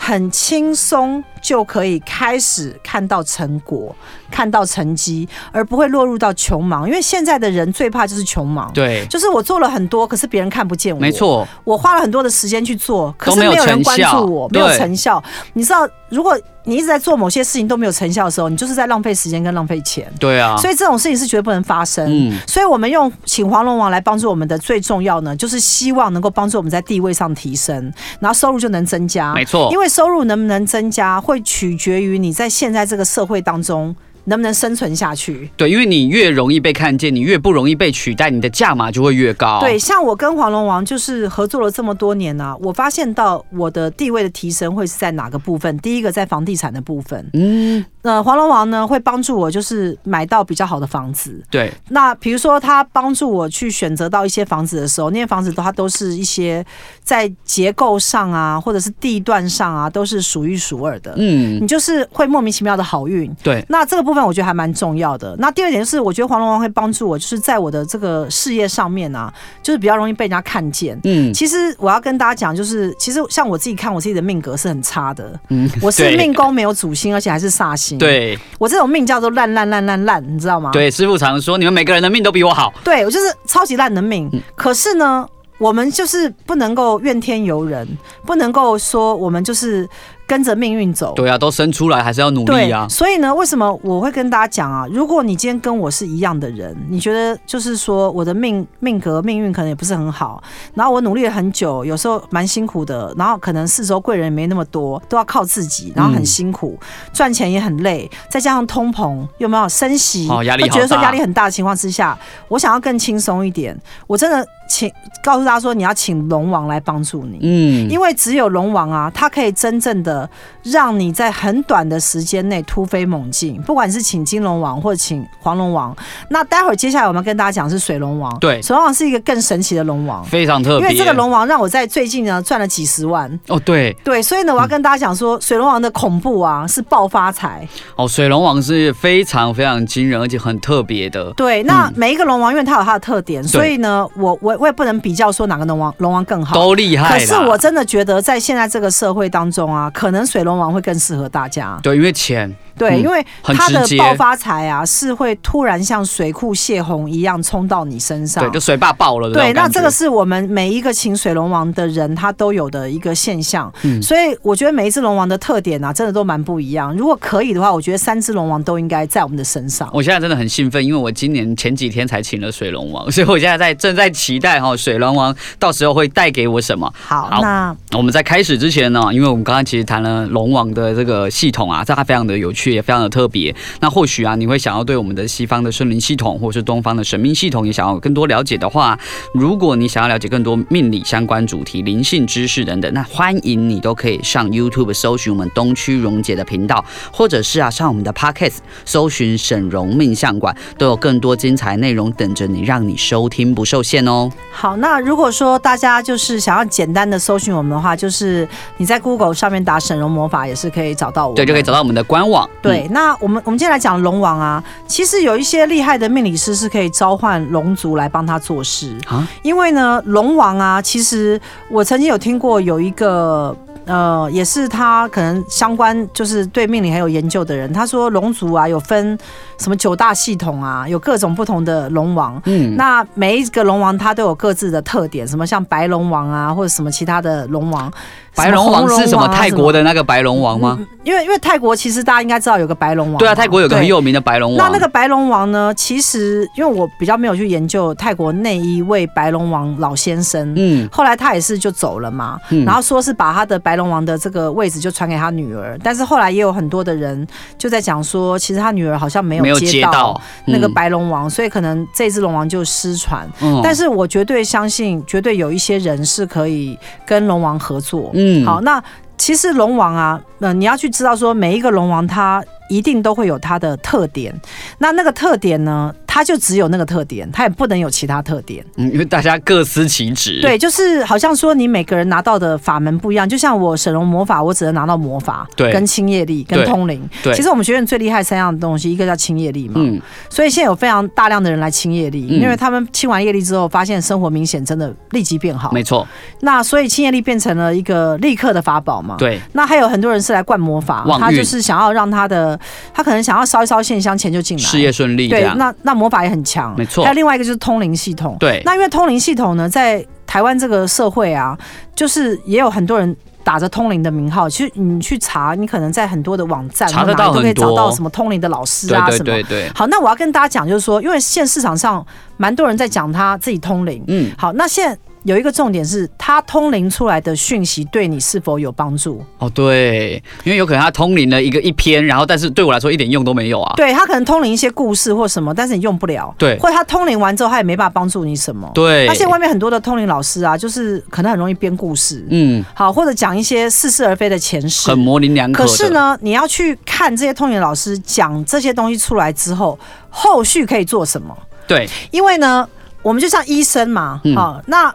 很轻松就可以开始看到成果，看到成绩，而不会落入到穷忙。因为现在的人最怕就是穷忙，
对，
就是我做了很多，可是别人看不见我。
没错。
我花了很多的时间去做，可
都
是
没
没
有
有人关
成效
注我，没有
对
成效。你知道，如果你一直在做某些事情都没有成效的时候，你就是在浪费时间跟浪费钱。
对啊。
所以这种事情是绝对不能发生。
嗯
所以我们用请黄龙王来帮助我们的最重要呢，就是希望能够帮助我们在地位上提升，然后收入就能增加。
没错
啊因为收入能不能增加，会取决于你在现在这个社会当中能不能生存下去。
对，因为你越容易被看见，你越不容易被取代，你的价码就会越高。
对，，像我跟黄龙王就是合作了这么多年呢、啊我发现到我的地位的提升会是在哪个部分？第一个在房地产的部分，
嗯，
呃，黄龙王呢会帮助我就是买到比较好的房子。
对，
那比如说他帮助我去选择到一些房子的时候，那些房子都它都是一些在结构上啊，或者是地段上啊，都是数一数二的。
嗯，
你就是会莫名其妙的好运，
对，
那这个部分我觉得还蛮重要的。那第二点就是，我觉得黄龙王会帮助我，就是在我的这个事业上面啊，就是比较容易被人家看见。
嗯，
其实我要跟大家讲，就是其实像我自己看我自己的命格是很差的，
嗯
我是
<laughs> 对
命宫没有主星，而且还是煞星。，
对
我这种命叫做烂烂烂烂烂，你知道吗？，
对，师傅常说你们每个人的命都比我好，
对我就是超级烂的命。
嗯
可是呢，我们就是不能够怨天尤人，不能够说我们就是跟着命运走。
对啊，都生出来还是要努
对
力啊，
所以呢，为什么我会跟大家讲啊？如果你今天跟我是一样的人，你觉得就是说我的命命格命运可能也不是很好，然后我努力了很久，有时候蛮辛苦的，然后可能四周贵人也没那么多，都要靠自己，然后很辛苦，
嗯
赚钱也很累，再加上通膨有没有升息，
哦压力
会觉得
好大
说压力很大的情况之下，我想要更轻松一点，我真的请告诉他说你要请龙王来帮助你。
嗯，
因为只有龙王啊，他可以真正的让你在很短的时间内突飞猛进。不管是请金龙王或者请黄龙王，那待会儿接下来我们跟大家讲是水龙王。
对
水龙王是一个更神奇的龙王，
非常特
因
别，
为这个龙王让我在最近呢赚了几十万。
哦，对
对，所以呢，我要跟大家讲说，水龙王的恐怖啊是爆发财。
哦，水龙王是非常非常惊人，而且很特别的。
对，那每一个龙王因为它有它的特点，所
嗯对
以呢，我我我也不能比较说哪个龙王龙王更好。
都厉害
可
啦。
是我真的觉得，在现在这个社会当中啊，可能水龙王会更适合大家。
对，因为钱，
对，
嗯
因为
很
它的
直接
爆发财啊，是会突然像水库泄洪一样冲到你身上
对，。就水坝爆了的
对，
种感觉。
那这个是我们每一个请水龙王的人，他都有的一个现象。
嗯
所以我觉得每一只龙王的特点啊，真的都蛮不一样。如果可以的话，我觉得三只龙王都应该在我们的身上。
我现在真的很兴奋，因为我今年前几天才请了水龙王，所以我现在在正在期待哈、水龙王到时候会带给我什么。
好，
好
那
我们在开始之前呢，因为我们刚刚其实谈了龙王的这个系统啊，这它非常的有趣，也非常的特别。那或许啊，你会想要对我们的西方的圣灵系统，或是东方的神明系统，也想要更多了解的话，如果你想要了解更多命理相关主题、灵性知识等等，那欢迎你都可以上 YouTube 搜寻我们东区荣姐的频道，或者是啊上我们的 Podcast 搜寻沈荣命相馆，都有更多精彩内容等着你，让你收听不受限哦。
好，那如果说大家就是想要简单的搜寻我们的话，就是你在 Google 上面打“沈荣魔法”也是可以找到我们。
对，就可以找到我们的官网。
对，那我们我们今天来讲龙王啊，其实有一些厉害的命理师是可以召唤龙族来帮他做事
啊
因为呢，龙王啊，其实我曾经有听过有一个。呃，也是他可能相关就是对命理很有研究的人，他说龙族啊有分什么九大系统啊，有各种不同的龙王，
嗯，嗯
那每一个龙王它都有各自的特点，什么像白龙王啊，或者什么其他的龙王。
白龙王是什么？泰国
的？
的那个白龙王吗？
因为因为泰国其实大家应该知道有个白龙王嘛。
对啊，泰国有个很
对
有名的白龙
那
王。
那个白龙王呢？其实因为我比较没有去研究泰国那一位白龙王老先生，
嗯
后来他也是就走了嘛，
嗯
然后说是把他的白龙王的这个位置就传给他女儿，但是后来也有很多的人就在讲说，其实他女儿好像没
没
有
有
接
接
到
到
那个，白龙王，所以可能这只龙王就失传。
嗯
但
是
是我绝对相信，绝对有一些人是可以跟龙王合作。
嗯
好，那其实龙王啊，呃，你要去知道说每一个龙王他一定都会有他的特点，那那个特点呢，他就只有那个特点，他也不能有其他特点。
嗯因为大家各司其职。
对，就是好像说你每个人拿到的法门不一样，就像我神龙魔法，我只能拿到魔法，
对
跟清业力，跟
对
通灵。
对
其实我们学院最厉害三样东西，一个叫清业力嘛，
嗯，
所以现在有非常大量的人来清业力，
嗯
因为他们清完业力之后，发现生活明显真的立即变好。
没错，
那所以清业力变成了一个立刻的法宝嘛。。
对，
那还有很多人是来灌魔法
旺，运
他就是想要让他的，他可能想要烧一烧线香，钱就进来。
事业顺利这
对，
样。
那那魔法也很强。
没错
还有另外一个就是通灵系统。
对，
那因为通灵系统呢，在台湾这个社会啊，就是也有很多人。打着通灵的名号，其实你去查，你可能在很多的网站
查
或
得
哪里
到
都可以
很多
找到什么通灵的老师啊，
对
什么
对对对，
好，那我要跟大家讲，就是说，因为现市场上蛮多人在讲他自己通灵。
嗯，
好，那现在有一个重点是，他通灵出来的讯息对你是否有帮助？
哦对，因为有可能他通灵了一个一篇，然后但是对我来说一点用都没有啊。
对他可能通灵一些故事或什么，但是你用不了。
对
或者他通灵完之后，他也没办法帮助你什么。
对，
那现在外面很多的通灵老师啊，就是可能很容易编故事，
嗯，
好，或者讲一些似是而非的前世
很。模棱两可
可
的。
是，呢，你要去看这些通灵老师讲这些东西出来之后，后续可以做什么？
对，
因为呢，我们就像医生嘛，好、
嗯
那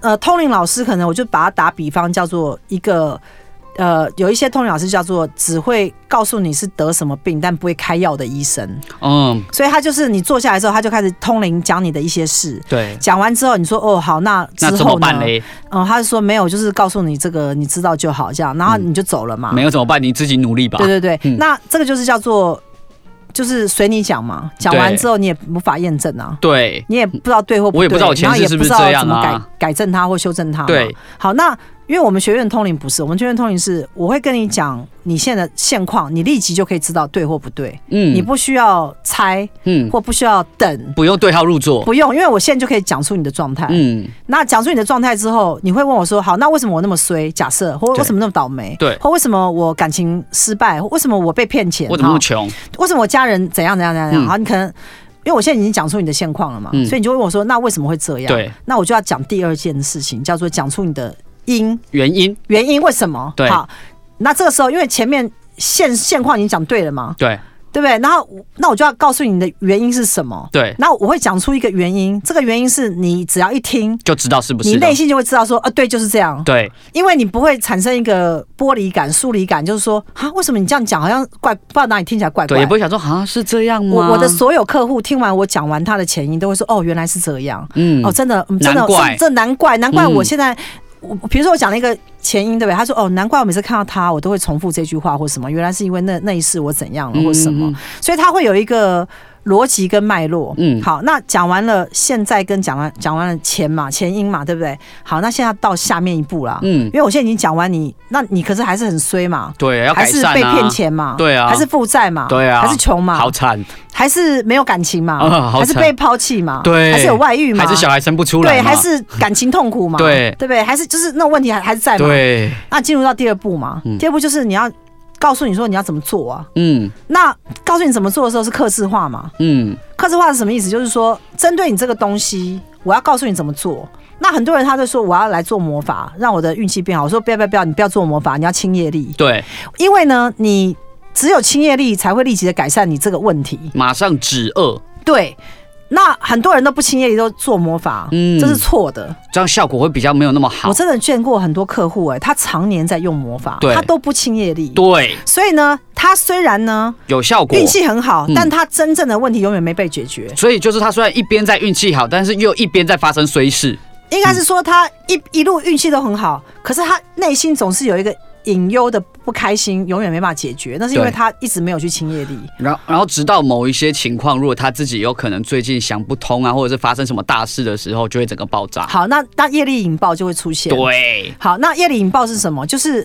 呃，通灵老师可能我就把它打比方，叫做一个呃，有一些通灵老师叫做只会告诉你是得什么病，但不会开药的医生，
嗯，
所以他就是你坐下来之后，他就开始通灵讲你的一些事。
对，
讲完之后，你说哦好，那之
那怎
后
么
呢
办？嘞？
嗯，他就说没有，就是告诉你这个，你知道就好，这样，然后
嗯
你就走了嘛。
没有怎么办？你自己努力吧。
啊对对对，
嗯
那这个就是叫做，就是随你讲嘛，讲完
对
之后你也无法验证啊。
对
你也不知道对或不对，
我也不知道我前世
然后也
是
不
不
知
是
道
这样啊
怎么改改正它或修正它。
对，
好，那因为我们学院通灵不是，我们学院通灵是我会跟你讲你现在的现况，你立即就可以知道对或不对，
嗯，
你不需要猜
嗯
或不需要等。
不用对号入座。
不用，因为我现在就可以讲出你的状态。
嗯，
那讲出你的状态之后，你会问我说：“好，那为什么我那么衰？假设或
对
为什么那么倒霉？
对
或为什么我感情失败？或为什么我被骗钱？
我怎么那
哈
么穷？
为什么我家人怎样怎样怎样怎样？
嗯
好，你可能因为我现在已经讲出你的现况了嘛，
嗯
所以你就问我说，那为什么会这样？
对，
那我就要讲第二件事情，叫做讲出你的因
原因
原因为什么。
对
好，那这个时候因为前面现现况已经讲对了嘛，
对
对不对？然后我那我就要告诉你的原因是什么。
对，
那我会讲出一个原因，这个原因是你只要一听，
就知道是不
你
是的
内。心就会知道说，啊，对，就是这样。
对
因为你不会产生一个剥离感、疏离感，就是说啊，为什么你这样讲，好像怪，不知道哪里听起来怪
对，也
怪
不。会想说啊是这样吗？
我我的所有客户听完我讲完他的前因，都会说哦，原来是这样，
嗯
哦，真的，嗯真的，
难怪
这这难怪，难怪
嗯
我现在。我比如说我讲了一个前因，对不对？他说哦，难怪我每次看到他，我都会重复这句话或什么，原来是因为那那一世我怎样了或什么，
嗯
所以他会有一个逻辑跟脉络。
嗯
好，那讲完了现在跟讲完讲完了前嘛前因嘛，对不对？好，那现在到下面一步啦，
嗯
因，为我现在已经讲完你，那你可是还是很衰嘛，
对，要
还
改
是
善
被骗
啊，
钱嘛，
对啊
还是负债嘛，
对啊
还是穷嘛，
好惨，
还是没有感情嘛，
啊好
还是
惨
被抛弃嘛，
对
还是有外遇嘛，
还是小孩生不出来
对，
嘛，
还是感情痛苦嘛，
对
对不对？还是就是那种问题还还是在嘛，
对，
那进入到第二步嘛，第二步就是你要告诉你说你要怎么做啊，
嗯
那告诉你怎么做的时候是克制化嘛，
嗯，
克制化是什么意思？就是说，针对你这个东西，我要告诉你怎么做。那很多人他就说我要来做魔法，让我的运气变好。我说不要不要不要，你不要做魔法，你要清业力，
对，
因为呢，你只有清业力才会立即的改善你这个问题。
马上止饿，
对，那很多人都不清业力，都做魔法，
嗯
这是错的。
这样效果会比较没有那么好
我。真的见过很多客户、哎，他常年在用魔法，
对
他都不清业力。
对，
所以呢，他虽然呢
有效果
运。气很好
嗯，
但他真正的问题永远没被解决。
所以就是他虽然一边在运气好，但是又一边在发生衰事。
应该是说他一一路运气都很好，可是他内心总是有一个隐忧的不开心，永远没办法解决。那是因为
对
他一直没有去清业力。
然后，然后直到某一些情况，如果他自己有可能最近想不通啊，或者是发生什么大事的时候，就会整个爆炸。
好，那那业力引爆就会出现。，
对，
好，那业力引爆是什么？就是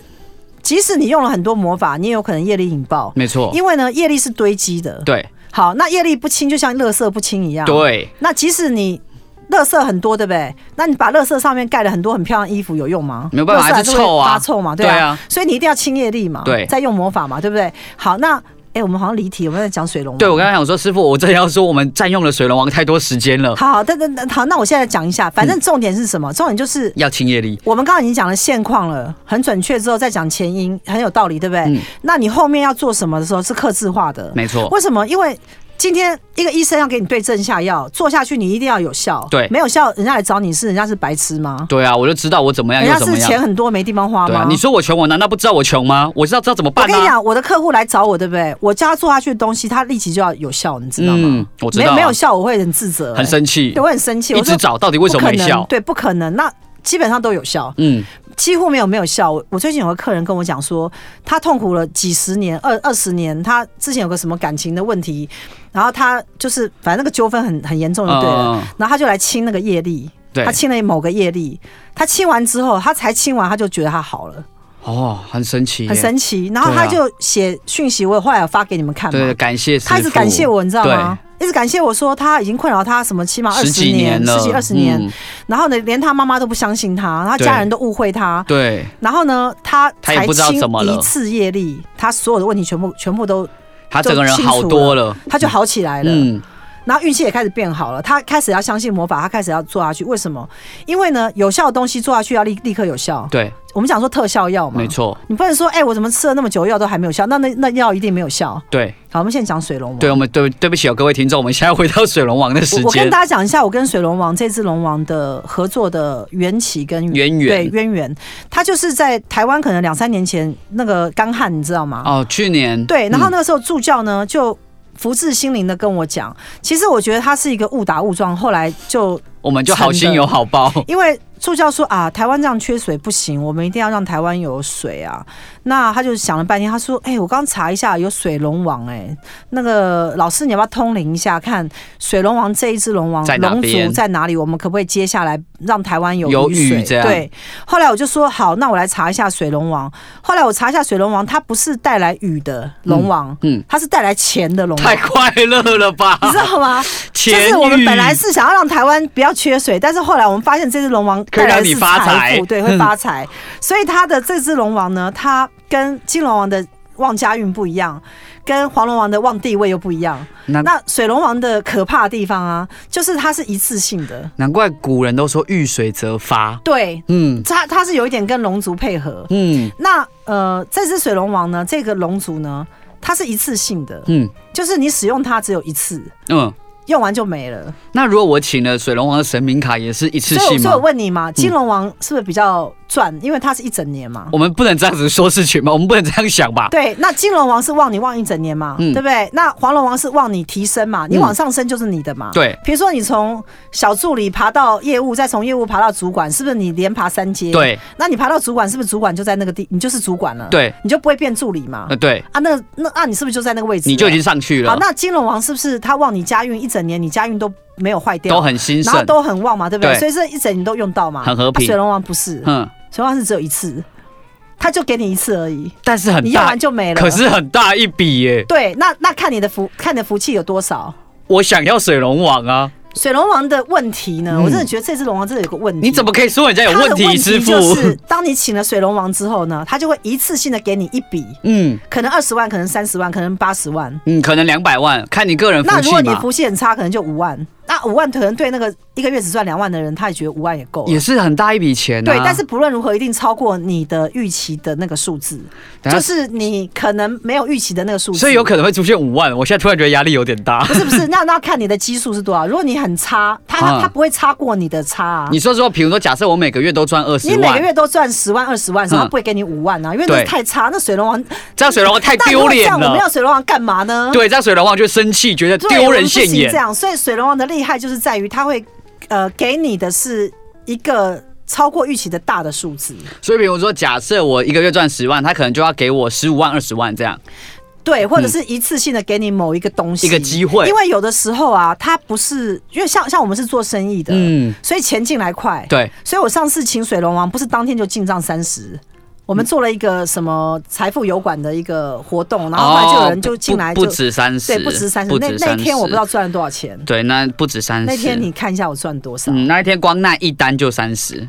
即使你用了很多魔法，你也有可能业力引爆，
没错，
因为呢，业力是堆积的。
对
好，那业力不清，就像垃圾不清一样。，
对，
那即使你。垃圾很多，对不对？那你把垃圾上面盖了很多很漂亮的衣服，有用吗？
没有办法
垃圾
还是
会
臭啊
发臭嘛，对
对
啊。
啊
所以你一定要清业力嘛，
对
再用魔法嘛，对不对？好，那哎、我们好像离题，我们在讲水龙王。
对我刚才想说，师傅，我正要说我们占用了水龙王太多时间了，
好好，但但但好，那我现在讲一下，
嗯
反正重点是什么？重点就是。
要清业力。
我们刚刚已经讲了现况了，很准确之后再讲前因，很有道理，对不对？
嗯
那你后面要做什么的时候是克制化的，
没错，
为什么？因为今天一个医生要给你对症下药，做下去你一定要有效，
对
没有效，人家来找你是人家是白痴吗？
对啊，我就知道我怎么样
人
又
家
怎么
是钱
样。
很多没地方花
对
吗？
啊，你说我穷，我难道不知道我穷吗？我知道知道怎么
我
办
跟你
啊。
讲，我的客户来找我，对不对？我叫他做下去的东西，他立即就要有效，你知道吗？
嗯，我知
没
道
有
啊，
没有效，我会很自责、
很
欸
生气
对，，我很生气。
一
我
直
说
找到底为什么没
不可能
效？
对，不可能。那基本上都有效，
嗯，
几乎没有没有效。我我最近有个客人跟我讲说，他痛苦了几十年，二二十年，他之前有个什么感情的问题，然后他就是反正那个纠纷很很严重就对了，
嗯
然后他就来清那个业力。
对
他，清了某个业力，他清完之后，他才清完，他就觉得他好了，
哦，很神奇耶，
很神奇。然后他
对啊
就写讯息，我也后来有发给你们看嘛。
对，感谢师
啊他一直
父
感谢我，你知道吗？一直感谢我说他已经困扰他什么起码二
十
十
几
年、
了，
十几二十年，
嗯
然后呢，连他妈妈都不相信他，他
对
家人都误会
<laughs>
他，
对，
然后呢，他
他也
才
不知道
清
怎么了
一次业力，他所有的问题全部全部都
他整个人好多了，
他就好起来了，
嗯，
然后运气也开始变好了，他开始要相信魔法，他开始要做下去。为什么？因为呢，有效的东西做下去要立立刻有效。
对，
我们讲说特效药嘛，
没。错，
你不能说，哎、我怎么吃了那么久药都还没有效？那那那药一定没有效。
对，
好，我们现在讲水龙王。
对我们对对不起哦，各位听众，我们现在回到水龙王的时
我我跟
间
大，家讲一下，我跟水龙王这只龙王的合作的缘起跟
渊源
对渊源，他就是在台湾可能两三年前那个干旱，你知道吗？
哦，去年
对，然后
呢，
那个时候助教呢就福至心灵的跟我讲，其实我觉得他是一个误打误撞，后来就
嗯我们就好心
真的
有好报，
因为助教说啊，台湾这样缺水不行，我们一定要让台湾有水啊。那他就想了半天，他说：“哎、我刚查一下，有水龙王、哎，那个老师，你要不要通灵一下，看水龙王这一只龙王
在哪
龙
边
族在哪里？我们可不可以接下来让台湾有
有
雨水？
雨这样
对。后来我就说好，那我来查一下水龙王。后来我查一下水龙王，它不是带来雨的龙王，
嗯嗯
它是带来钱的龙王
太。快乐了吧？
你知
<laughs>
道吗？就
钱
是我们
欲
本来是想要让台湾不要缺水，但是后来我们发现这只龙王
可以让
带来的
你
是
发财
财富，对，会发财。所以它的这只龙王呢，它跟金龙王的旺家运不一样，跟黄龙王的望地位又不一样。
那
那水龙王的可怕的地方啊，就是它是一次性的，
难怪古人都说遇水则发。
对，
嗯
它它是有一点跟龙族配合。
嗯
那呃，这只水龙王呢，这个龙族呢，它是一次性的，
嗯
就是你使用它只有一次，
嗯。
用完就没了。
那如果我请了水龙王的神明卡，也是一次
所以我，
性
所以我
吗？嗯
问你嘛，金龙王是不是比较赚？因为它是一整年嘛。
我们不能这样子说事情吧？我们不能这样想吧？
对，那金龙王是旺你旺一整年嘛，
嗯
对不对？那黄龙王是旺你提升嘛，你
嗯
往上升就是你的嘛。
对
比如说你从小助理爬到业务，再从业务爬到主管，是不是你连爬三阶？。
对
那你爬到主管，是不是主管就在那个地，你就是主管了？。
对
你就不会变助理嘛？
呃对，
啊，那那啊，你是不是就在那个位置了？
你就已经上去
好。
了，
那金龙王是不是他旺你家运一整年，你家运都没有坏掉？
都很兴
然后
盛，
都很旺嘛，对不对？
对
所以这一整你都用到嘛，
很和
啊
平
水龙王不是，
嗯，
水龙王是只有一次，他就给你一次而已，
但是很
你用
大
完，就没了。
可是很大一笔耶。
对，那那看你的福，看你的福气有多少。
我想要水龙王啊，
水龙王的问题呢，
嗯
我真的觉得这只龙王真的有个问题。
你怎么可以说人家有
他
问
的
题，师傅
就？是当你请了水龙王之后呢，他就会一次性的给你一笔，
<laughs> 嗯
可能二十万，可能三十万，可能八十万。
嗯，可能两百万，看你个人
那
福
如
气
果你
嘛，
福气很差，可能就五万。那五万可能对那个一个月只赚两万的人，他也觉得五万也够了。
也是啊很大一笔钱啊。
对，但是不论如何，一定超过你的预期的那个数字，
等下
就是你可能没有预期的那个数字。
所以有可能会出现五万，我现在突然觉得压力有点大。
不是不是，那那看你的基数是多少。如果你很差，他
啊
他他不会差过你的差啊。
你说说，比如说，假设我每个月都赚二十
你每个
万，
月都赚十万、二十万，所以他
嗯
不会给你五万啊，因为那
对
太差。那水龙
<laughs>
王
这样水龙王太
那如
丢
果这
脸
样我们
了
要。水龙王干嘛呢？
对，这样水龙王就生气，觉得
对，
丢人
我们
现
不行
眼
这。样，所以水龙王的厉害就是在于他会呃给你的是一个超过预期的大的数字。
所以，比如说，假设我一个月赚十万，他可能就要给我十五万、二十万这样。
对，或者是一次性的给你某一个东西，
嗯一个机会
因为有的时候啊，它不是因为像像我们是做生意的，
嗯，
所以钱进来快。
对，
所以我上次请水龙王，不是当天就进账三十。我们做了一个什么财富油管的一个活动，然后后来就有人就进来
哦不
就
不止三十，
对不止三十，那那一天我不知道赚了多少钱。
对，那不止三十。
那天你看一下我赚多少，
嗯，那一天光那一单就三十，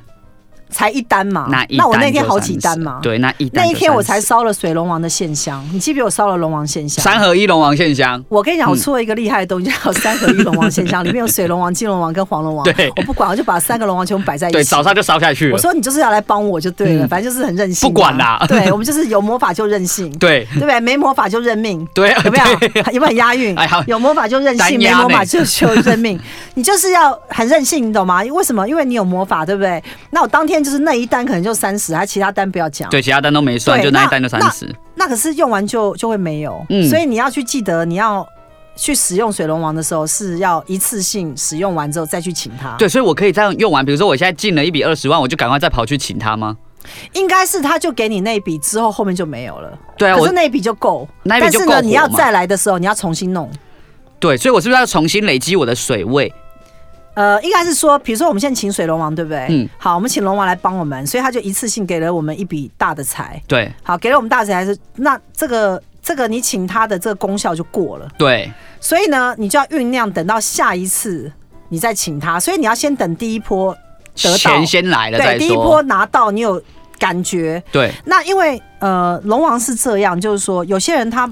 才一单嘛。
那一单
啊那我那天
就
好几
30
单嘛。
对，那一单
那
就
一天我才
30
烧了水龙王的线香，你记不记得我烧了龙王线香？
三合一龙王现象。
我跟你讲，我出了一个厉害的东西，叫三合一龙王现象，里面有水龙王、金龙王跟黄龙王。
<laughs> 对
我不管，我就把三个龙王全部摆在一起。
对，早上就烧下去
哎我
了。
说你就是要来帮我就对了，
嗯
反正就是很任性啊。
不管啦
对我们就是有魔法就任
<laughs>
性，
对
对不对？没魔法就认命。
<laughs> 对，
有没有？
对
有没有很押韵
哎好？
有魔法就任性，
单
没
押
魔
呢
法就就认
<laughs>
命。你就是要很任性，你懂吗？为什么？因为你有魔法，对不对？那我当天就是那一单可能就三十，还其他单不要讲。
对，其他单都没算，
对
就那
那
一单就三十。
那可是用完就就会没有，
嗯
所以你要去记得，你要去使用水龙王的时候是要一次性使用完之后再去请他。，
对，所以我可以这样用完。比如说，我现在进了一笔二十万，我就赶快再跑去请他吗？
应该是他就给你那一笔之后，后面就没有了。
对啊，
可
我
是那一笔就够，
那一笔就
但
够
是呢，
火
你要
嘛
再来的时候，你要重新弄。
对，所以我是不是要重新累积我的水位？
呃，应该是说，比如说我们现在请水龙王，对不对？
嗯
好，我们请龙王来帮我们，所以他就一次性给了我们一笔大的财。
对
好，给了我们大财是那这个这个你请他的这个功效就过了。
对，
所以呢，你就要酝酿，等到下一次你再请他。所以你要先等第一波得到
钱先来了再
对，第一波
说。
拿到你有感觉。
对
那因为呃，龙王是这样，就是说有些人他。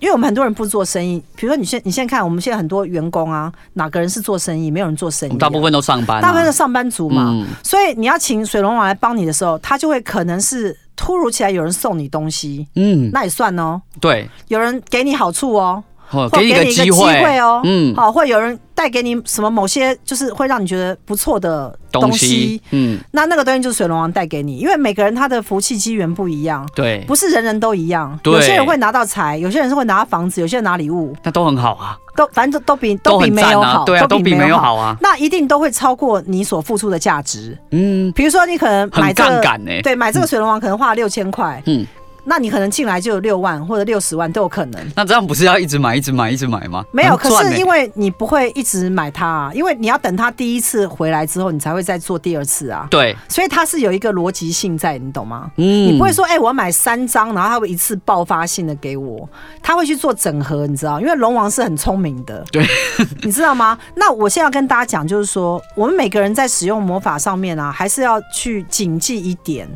因为我们很多人不做生意，比如说你现你现在看，我们现在很多员工啊，哪个人是做生意？没有人做生
我
意啊、
们大部分都上班啊，
大部分是上班族嘛，
嗯
所以你要请水龙王来帮你的时候，他就会可能是突如其来有人送你东西，
嗯，
那也算哦，
对，
有人给你好处哦，或
哦，给你一个机会，
哦，
嗯，
好、会有人带给你什么某些就是会让你觉得不错的东
东
西，
西，嗯，
那那个东西就是水龙王带给你，因为每个人他的福气机缘不一样，
对，
不是人人都一样，
对
有些人会拿到财，有些人是会拿到房子，有些人拿礼物，
那都很好啊，
都反正都都比都比
很
没
赞
有
啊
好，，
对啊，都比没有。好啊，
那一定都会超过你所付出的价值。
嗯，
比如说，你可能买
很
这
杠
个，
杆呢，欸
对，买这个水龙王可能花六千块，
嗯，
那你可能进来就有六万或者六十万都有可能。
那这样不是要一直买，一直买，一直买吗？
没有，
很
可
赚欸
是
呢
因为你不会一直买它、啊，因为你要等它第一次回来之后，你才会再做第二次啊。
对，
所以它是有一个逻辑性在，你懂吗？
嗯，
你不会说，哎、我买三张，然后他会一次爆发性的给我，他会去做整合，你知道？因为龙王是很聪明的，
<laughs> 对，
你知道吗？那我现在要跟大家讲，就是说，我们每个人在使用魔法上面啊，还是要去谨记一点，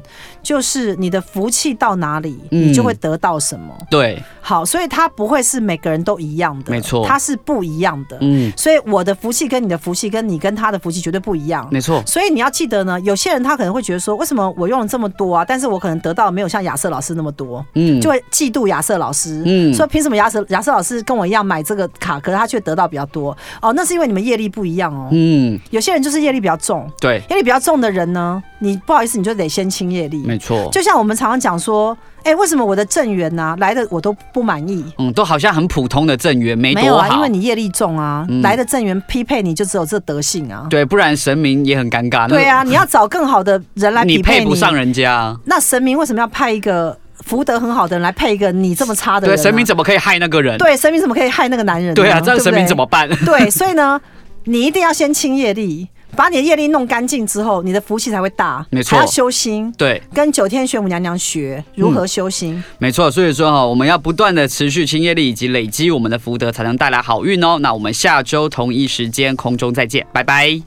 就是你的福气到哪里，力，
嗯
你就会得到什么。
对，
好，所以它不会是每个人都一样的，
没错
它是不一样的。
嗯，
所以我的福气跟你的福气，跟你跟他的福气绝对不一样。
没错，
所以你要记得呢，有些人他可能会觉得说，为什么我用了这么多啊，但是我可能得到没有像亚瑟老师那么多，
嗯，
就会嫉妒亚瑟老师，
嗯
说凭什么亚瑟亚瑟老师跟我一样买这个卡，可是他却得到比较多哦，那是因为你们业力不一样哦。
嗯，
有些人就是业力比较重，
对，
业力比较重的人呢，你不好意思，你就得先清业力。
没错，
就像我们常常讲说，哎、为什么我的正缘呐、来的我都不满意？
嗯，都好像很普通的正缘，没
没有
多
啊，
好，
因为你业力重啊，
嗯
来的正缘匹配你就只有这德性啊。
对，不然神明也很尴尬。那
对，啊，你要找更好的人来匹
你
配
配
你。
不上人家，
那神明为什么要派一个福德很好的人来配一个你这么差的人
对，
呢、
神明怎么可以害那个人？
对神明怎么可以害那个男人呢？
对啊，这样
不
神明怎么办？ <laughs>
对，所以呢，你一定要先清业力，把你的业力弄干净之后，你的福气才会大。
没错
还要修心，
对，
跟九天玄母娘娘学如
嗯
何修心。
没错，所以说哈，我们要不断的持续清业力以及累积我们的福德，才能带来好运哦。那我们下周同一时间空中再见，拜拜。